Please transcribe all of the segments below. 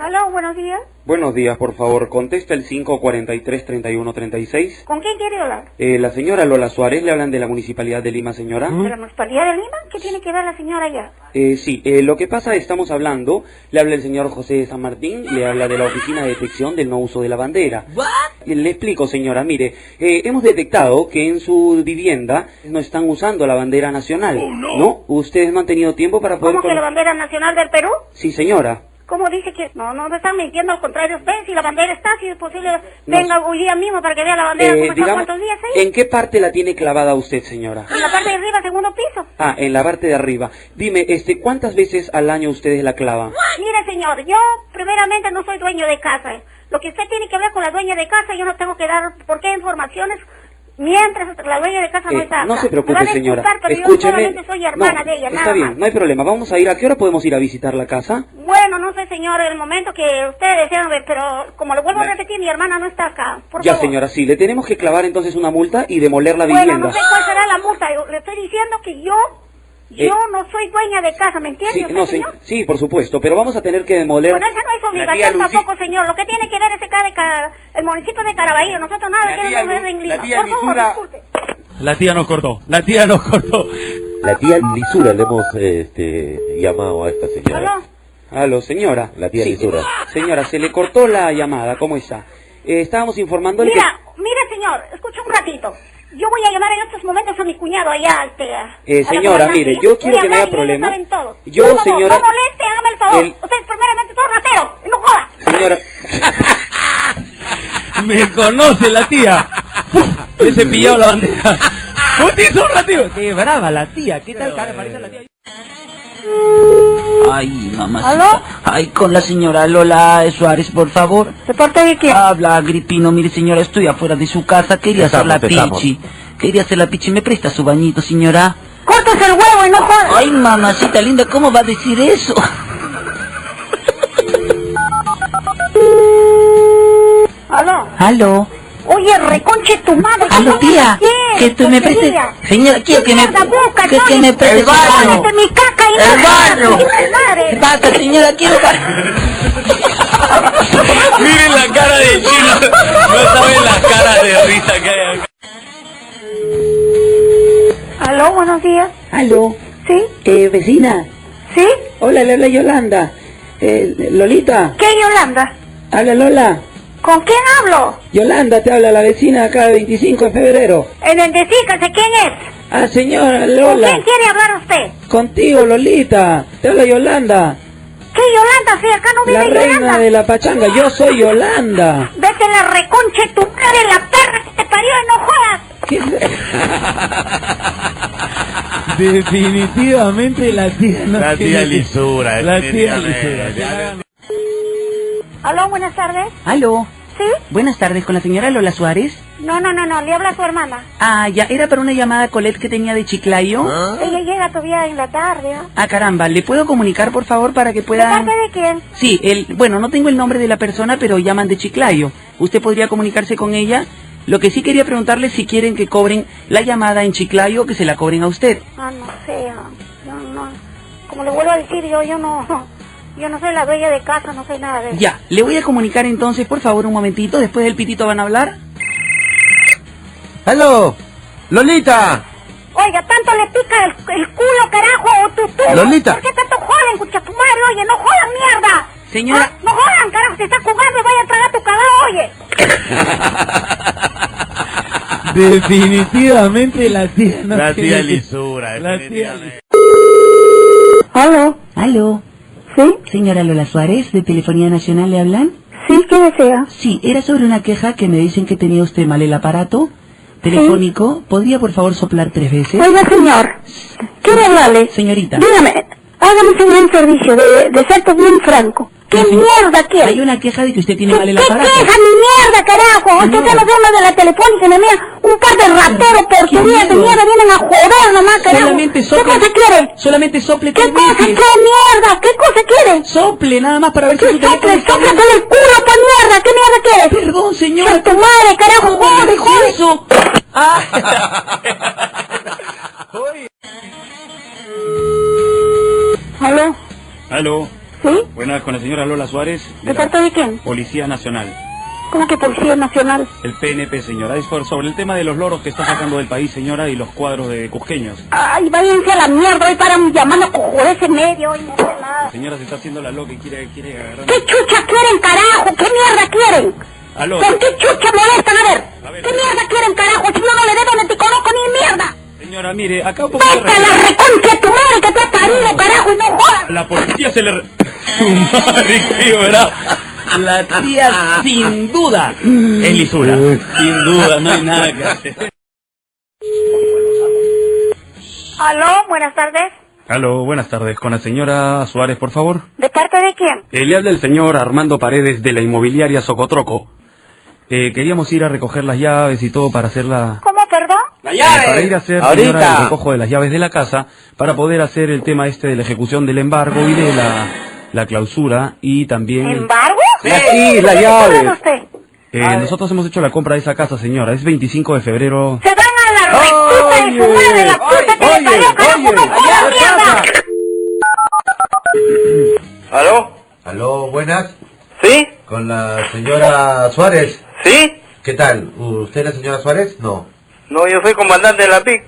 Aló, buenos días. Buenos días, por favor. Contesta el 543-3136. ¿Con quién quiere hablar? Eh, la señora Lola Suárez, le hablan de la Municipalidad de Lima, señora. ¿De la municipalidad de Lima? ¿Qué tiene que ver la señora allá? Eh, sí, eh, lo que pasa, estamos hablando, le habla el señor José de San Martín, le habla de la Oficina de Detección del No Uso de la Bandera. Eh, Le explico, señora, mire, eh, hemos detectado que en su vivienda no están usando la bandera nacional. no. ¿Ustedes no han tenido tiempo para poder... Oh, ¿Cómo que con- la bandera nacional del Perú? Sí, señora. ¿Cómo dice que.? No, no, me están mintiendo, al contrario, usted, si la bandera está, si es posible, No. venga hoy día mismo para que vea la bandera, Eh, cómo está, digamos, cuántos días ahí. ¿En qué parte la tiene clavada usted, señora? En la parte de arriba, segundo piso. Ah, en la parte de arriba. Dime, este, ¿cuántas veces al año ustedes la clavan? Mire, señor, yo primeramente no soy dueño de casa. eh. Lo que usted tiene que hablar con la dueña de casa, yo no tengo que dar por qué informaciones mientras la dueña de casa no Eh, está. no acá. se Me preocupe, van a señora. disculpar, pero Yo Escúcheme. solamente soy hermana No, de ella, está nada bien, más. no hay problema. Vamos a ir. ¿A qué hora podemos ir a visitar la casa? Bueno, no sé, señor, el momento que ustedes desean, pero como lo vuelvo a Ya. repetir, mi hermana no está acá. Por ya, favor. señora, sí. Le tenemos que clavar entonces una multa y demoler la Bueno, vivienda. no sé cuál será la multa. Yo le estoy diciendo que yo, yo Eh. no soy dueña de casa, ¿me entiende? sí, usted, no, señor? se- sí, por supuesto. Pero vamos a tener que demoler. Bueno, esa no es La tía obligación Lucy- tampoco, señor. Lo que tiene que ver es acá de Ca- el municipio de Caraballo. Nosotros nada La queremos tía ver Lu- en la Lima. tía Por favor, Lisura- disculpe. La tía nos cortó, la tía nos cortó. La tía Lisura le hemos este, llamado a esta señora. Aló. Aló, señora. La tía Sí, Lisura. Señora, se le cortó la llamada. ¿Cómo está? Eh, estábamos informándole Mira, mira, señor, escucha un ratito. Yo voy a llamar en estos momentos a mi cuñado allá, este... a- Eh, a la señora, comandante. mire, yo Voy quiero a que hablar no haya y ellos problema. saben todo. Yo, Por favor, señora- No moleste, hágame el favor. El- Ustedes primeramente son rateros, y no jodan. que. Señora. Me conoce la tía. Puf, Le he cepillado la bandera. ¡Putizo la tía! ¡Qué brava la tía! ¿Qué tal cara parece la tía? Ay, mamá. ¿Aló? Ay, con la señora Lola Suárez, por favor. ¿De parte de quién? Habla, Agripino. Mire, señora, estoy afuera de su casa. Quería hacer la Empezamos, pichi. Quería hacer la pichi. ¿Me presta su bañito, señora? Cortes el huevo y no jodas. Ay, mamacita linda, ¿cómo va a decir eso? Aló. Aló. Oye, reconche tu madre. Aló, tía. Que tú me prestes. preste Señora, quiero que me. Que, que me preste preste su baño. mi caca y El no baño. jodas, madre. Basta, señora, quiero. ba- Miren la cara de chino. No saben la cara de risa que hay acá. Aló, buenos días. Aló, ¿Sí? eh, vecina. ¿Sí? Hola, Lola Yolanda. Eh, Lolita, ¿Qué, Yolanda? habla Lola. ¿Con quién hablo? Yolanda te habla la vecina acá el 25 de febrero. En el decícase, ¿quién es? Ah, señora ¿Con Lola. quién quiere hablar usted? Contigo, Lolita. Te habla Yolanda. ¿Qué, Yolanda? Si acá no La vive Yolanda. reina de la pachanga. Yo soy Yolanda. Vete la reconche tu madre, la perra que te parió y no jodas. ¿Qué es- Definitivamente la tía no La tía tiene- lisura, La tía definitivamente. lisura. Aló, buenas tardes. Aló. ¿Sí? Buenas tardes, con la señora Lola Suárez. No, no, no, no, le habla a su hermana. Ah, ya, era para una llamada Colette que tenía de Chiclayo. Ella llega todavía en la tarde. ¿ah? Ah, caramba, ¿le puedo comunicar, por favor, para que ¿De pueda...? parte de quién? Sí, el, bueno, no tengo el nombre de la persona, pero llaman de Chiclayo. Usted podría comunicarse con ella. Lo que sí quería preguntarle es si quieren que cobren la llamada en Chiclayo o que se la cobren a usted. Ah, no sé, ah, yo no, como le vuelvo a decir, yo, yo no, yo no soy la dueña de casa, no soy nada de eso. Ya, le voy a comunicar entonces, por favor, un momentito. Después del pitito van a hablar. ¡Aló! ¡Lolita! Oiga, tanto le pica el, el culo, carajo, o tu tú. Lolita. ¿Por qué tanto joden, cuchapumadre? Oye, no jodan, mierda. Señora- Ah, No jodan, carajo, se está jugando y vaya a tragar tu cagado, oye. Definitivamente la tía no La tía tiene- lisura, La tía definitivamente. Aló, Aló, ¿sí? señora Lola Suárez, de Telefonía Nacional, ¿le hablan? ¿Sí? ¿Qué desea? Sí, era sobre una queja que me dicen que tenía usted mal el aparato telefónico. ¿Podría, por favor, soplar tres veces? Oiga, señor, ¿quiere hablarle? Señorita. Dígame, hágame un buen servicio, de, de ser bien franco. ¿Qué Sí, mierda quiere? Hay una queja de que usted tiene ¿Qué, mal el qué aparato. queja, mi mierda, carajo? Usted Señora. se los llama de la telefónica, mi mía. Un par de rateros, Qué porquerías de miedo. mierda, vienen a joder nomás, carajo. Solamente ¿Qué sople. cosa quiere? Solamente sople ¿Qué tres cosa? ¿Qué veces. mierda? ¿Qué cosa quiere? Sople, nada más para ver si ¿Qué su teléfono sople? está Sople bien. con el culo, pa' mierda. ¿Qué mierda quieres? Perdón, Con señor. tu madre, carajo, ¿Cómo jode, es jode. eso? Ah. ¿Aló? Aló. ¿Sí? Buenas, con la señora Lola Suárez. ¿De la parte de quién? Policía Nacional. ¿Cómo que Policía Nacional? El PNP, señora. Es por- sobre el tema de los loros que está sacando del país, señora, y los cuadros de cusqueños. Ay, váyanse a la mierda, hoy para llamarnos con ese medio, hoy no sé La nada. señora se está haciendo la loca y quiere, quiere agarrar... ¿Qué chucha quieren, carajo? ¿Qué mierda quieren? Aló. ¿Por qué chucha molestan? A ver, A ver. ¿qué mierda quieren, carajo? Si no, no le debo, no te conozco ni mierda. Señora, mire, acá un poco de Vete a la reconcha de tu madre que te ha parido, carajo, y no jodas. La policía se le... re- Su madre, qué brava. La tía, sin duda, Es lisura. Sin duda, no hay nada que hacer. Aló, buenas tardes. Aló, buenas tardes. Con la señora Suárez, por favor. ¿De parte de quién? Eh, le habla el señor Armando Paredes de la inmobiliaria Socotroco. Eh, queríamos ir a recoger las llaves y todo para hacer la... ¿Cómo, perdón? ¡La Para ir a hacer señora, el recojo de las llaves de la casa, para poder hacer el tema este de la ejecución del embargo y de la, la clausura y también... ¿Embargo? Sí, las llaves. usted? Eh, nosotros hemos hecho la compra de esa casa, señora. Es 25 de febrero. Se van a la reputa de su madre, la puta que le parió, carajo, no jodas, mierda. ¿Aló? Aló, buenas. ¿Sí? Con la señora Suárez. ¿Sí? ¿Qué tal? ¿Usted es la señora Suárez? No. No, yo soy comandante de la PIC.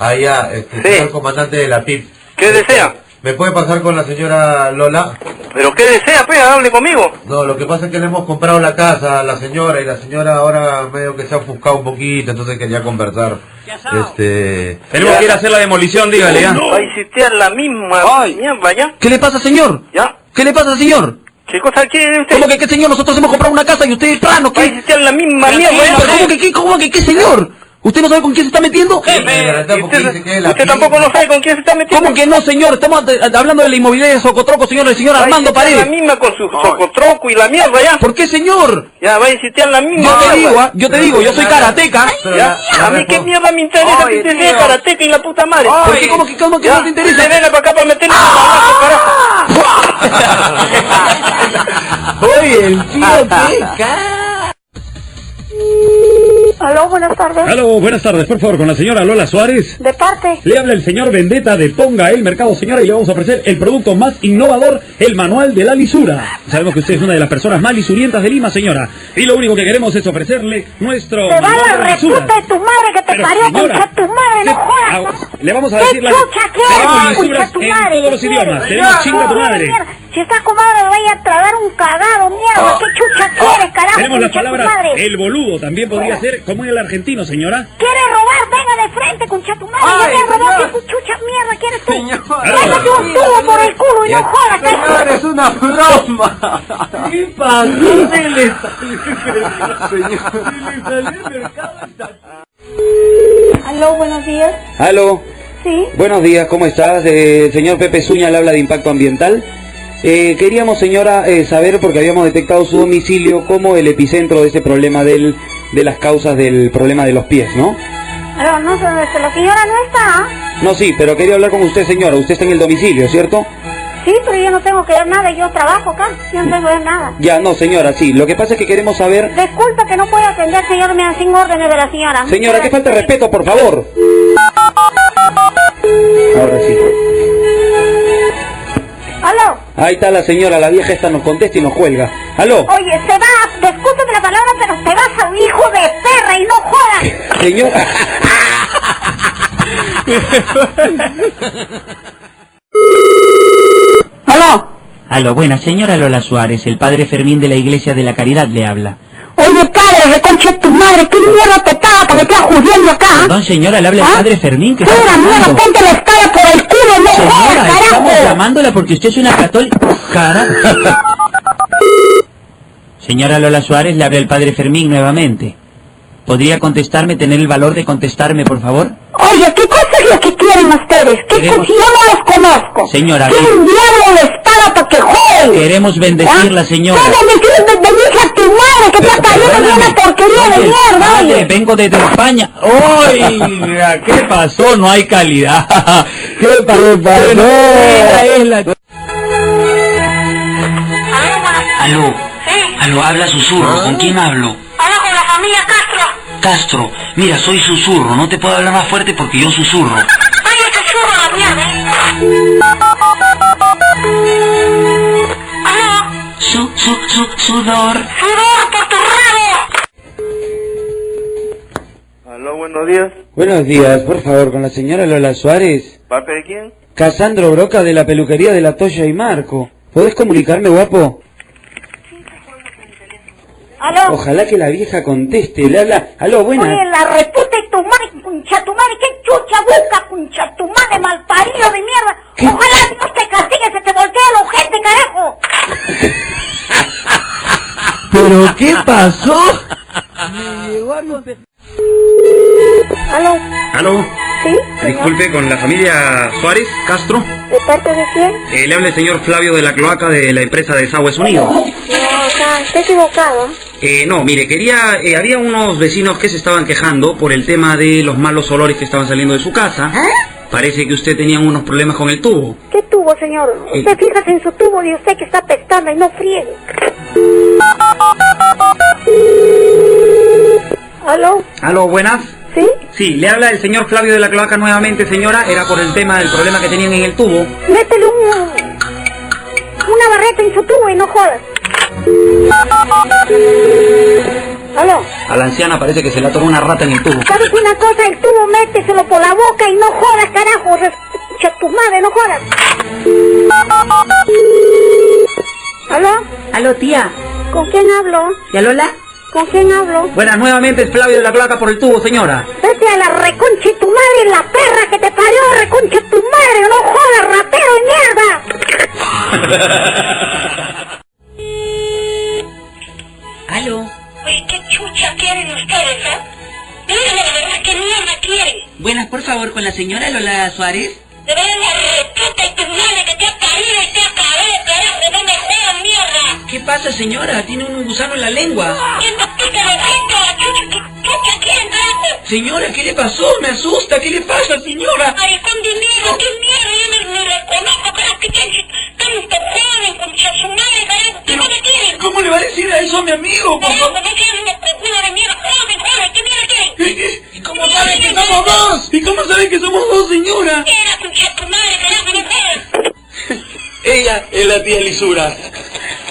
Ah, ya, este, Sí. señor comandante de la PIP. ¿Qué desea? Este, ¿Me puede pasar con la señora Lola? ¿Pero qué desea, pega? Hable conmigo. No, lo que pasa es que le hemos comprado la casa a la señora y la señora ahora medio que se ha ofuscado un poquito, entonces quería conversar. Este... Tenemos que ir a hacer la demolición, dígale, ¿ya? Va a insistear la misma Ay. mierda, ¿ya? ¿Qué le pasa, señor? ¿Ya? ¿Qué le pasa, señor? ¿Qué cosa quiere usted? ¿Cómo que qué, señor? Nosotros hemos comprado una casa y usted, plano, Va a ¿qué? insistear la misma Pero, mierda, pero, ¿Cómo ¿ya? que qué, cómo que qué, señor? ¿Usted no sabe con quién se está metiendo? Señora, Y tampoco dice que Usted, es la usted PIP. tampoco no sabe con quién se está metiendo. ¿Cómo que no, señor? Estamos ante- hablando de la inmobiliaria de Socotroco, señor, el señor Va a Armando insistear Paredes. la misma con su socotroco y la mierda, ¿ya? ¿Por qué, señor? Ya, va a insistear la misma Yo te mierda. pues, digo, ah, yo te digo, yo soy karateca. Pero ¿Ya? la- la a mí repo- qué mierda me interesa que te sea karateca y la puta madre. ¿Por qué, cómo que, cómo que no te interesa? Ah. Se venga para acá para meterle un balazo, carajo. Oye, el tío, ¿qué? Aló, buenas tardes. Aló, buenas tardes, por favor, con la señora Lola Suárez. ¿De parte? Le habla el señor Vendetta de Ponga el Mercado, señora, y le vamos a ofrecer el producto más innovador, el manual de la lisura. Sabemos que usted es una de las personas más lisurientas de Lima, señora, y lo único que queremos es ofrecerle nuestro Se va manual a de la lisura. reputa de tu madre que te Pero, parió, señora, concha tu madre, no ¿qué- jodas. ah, le vamos a ¿Qué decir la- chucha tenemos quieres, lisuras concha tu en madre? todos los ¿Qué idiomas, quieres? tenemos chinga tu madre. mierda. Si estás comadre, le voy a tragar un cagado, mierda. ¿Qué chucha quieres, carajo? Oh. Tenemos la concha tu palabra madre? el boludo, también podría ser como el argentino, señora. ¿Quieres robar? Venga de frente, concha tu madre. Ay, ya te robó, señor. ¿qué chucha mierda quieres tú? Señor. Pásate un tubo por el culo y no jodas, carajo. es una broma. ¿Qué pasó? Se le Aló, buenos días. Aló, Sí. buenos días, ¿cómo estás? Eh, el señor Pepe Suña le habla de impacto ambiental. Eh, queríamos, señora, eh, saber, porque habíamos detectado su domicilio como el epicentro de este problema del, de las causas del problema de los pies, ¿no? Pero no, sé, la señora no está. No, sí, pero quería hablar con usted, señora. Usted está en el domicilio, ¿cierto? Sí, pero yo no tengo que dar nada, yo trabajo acá, yo no tengo que dar nada. Ya, no, señora, sí. Lo que pasa es que queremos saber... Disculpa que no puedo atender, señor, me sin órdenes de la señora. Señora, qué falta de respeto, por favor. Ahora sí. Aló, Ahí está la señora, la vieja esta nos contesta y nos cuelga. Aló, oye, se va, discúlpeme la palabra, pero se vas a un hijo de perra y no jodas. señora. Aló. A lo buena, señora Lola Suárez, el padre Fermín de la Iglesia de la Caridad le habla. Oye, padre, reconcha de tu madre, ¿qué mierda te paga para que te vas juzgando acá? ah? Perdón, señora, le habla el ¿Ah? padre Fermín que está Fuera, mierda, llamando. ponte la escala por el culo, no jodas, Señora, estamos carajo. llamándola porque usted es una católica. Cara. Señora Lola Suárez, le habla el padre Fermín nuevamente. ¿Podría contestarme, tener el valor de contestarme, por favor? Oye, ¿qué cosa es lo que quieren ustedes? ¿Qué Queremos- cosa? Yo no los conozco. Señora, ¿Quién diablo les paga para que jueguen? Queremos bendecirla, ¿Ah? señora. ¿Cómo me quieres bendedir a tu madre que te has parido de una Perdóname. porquería de Oye, mierda, madre, oye? vengo desde España. ¡Oiga! ¿Qué pasó? No hay calidad. ¿Qué pasó? Esa es la... Aló, buenas- Aló, sí, aló, habla susurro. ¿Con quién hablo? hablo con la familia Castro. Castro, mira, soy susurro. No te puedo hablar más fuerte porque yo susurro. Oye, te churro la mierda. ¿eh? sudor. ¡Sudor por tu rabo! Aló, buenos días. Buenos días, por favor, con la señora Lola Suárez. ¿Parte de quién? Casandro Broca de la peluquería de la Toya y Marco. ¿Podés comunicarme, guapo? Aló. Ojalá que la vieja conteste. Le habla. Aló, Oye, buena. la reputa y tu madre, concha tu madre, qué chucha busca, concha tu madre, malparido de mierda. Ojalá Dios te castigue, se te voltea la gente, carajo. ¿Pero qué pasó? Aló, Aló, ¿sí? disculpe, con la familia Suárez Castro. ¿De parte de quién? Eh, le habla el señor Flavio de la Cloaca de la empresa de Desagües Unidos. No, está, está equivocado. Eh, no, mire, quería, eh, había unos vecinos que se estaban quejando por el tema de los malos olores que estaban saliendo de su casa. ¿Ah? Parece que usted tenía unos problemas con el tubo. ¿Qué tubo, señor? Usted fíjese en su tubo y usted que está pestando y no friegue. ¿Aló? Aló, buenas. ¿Sí? Sí, le habla el señor Flavio de la Cloaca nuevamente, señora. Era por el tema del problema que tenían en el tubo. Métele un, una barreta en su tubo y no jodas. ¿Aló? A la anciana parece que se le atoró una rata en el tubo. ¿Sabes una cosa? El tubo méteselo por la boca y no jodas, carajo. Respecha tu madre, no jodas. ¿Aló? ¿Ah? Aló, tía. ¿Con quién hablo? ¿Ya Lola? ¿Con quién hablo? Buenas, nuevamente es Flavio de la Cloaca por el tubo, señora. Vete a la reconcha de tu madre, la perra que te parió, reconcha de tu madre, no jodas, ratero de mierda. Aló. Pues qué chucha quieren ustedes, ¿eh? Díganme la verdad que mierda quieren. Buenas, por favor, con la señora Lola Suárez. De verdad la reputa y tu madre que te ha parido y te ha cagado, carajo, no me juegan mierda. ¿Qué pasa, señora? Tiene un gusano en la lengua. ¿Quién te pica la gente? Chucha, ¿qué chucha quieren, carajo? Señora, ¿qué le pasó? Me asusta. ¿Qué le pasa, señora? Maricón de mierda, qué mierda, yo me, me reconozco, carajo, que tan, tanto joven, concha su madre, carajo, ¿qué mierda quieren? ¿Cómo le va a decir a eso a mi amigo? por Carajo, favor? no quieren una procura de mierda, joven, joven, ¿qué mierda quieren? ¿Y cómo saben que somos dos? ¿Y cómo saben que somos dos, señora? Mierda, concha tu madre, carajo, no jodas. Ella es la tía Lisura.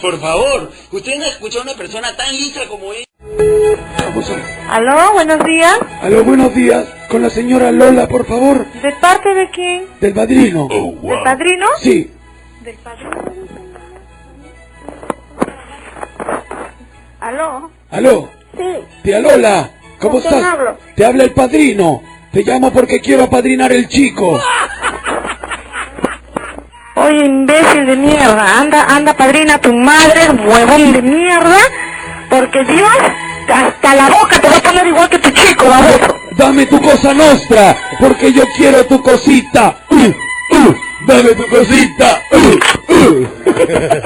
Por favor, usted no ha escuchado a una persona tan lisa como ella. ¿Aló? Buenos días. Aló, buenos días. Con la señora Lola, por favor. ¿De parte de quién? Del padrino. ¿Del padrino? Sí. Del padrino. ¿Aló? Aló. Sí. Tía Lola. ¿Cómo ¿Con quién estás? hablo? Te habla el padrino. Te llamo porque quiero apadrinar el chico. Oye, imbécil de mierda, anda, anda, padrina, tu madre, huevón de mierda, porque Dios hasta la boca te va a poner igual que tu chico, baboso. Dame tu cosa nostra, porque yo quiero tu cosita. Uh, uh, dame tu cosita. Uh, uh.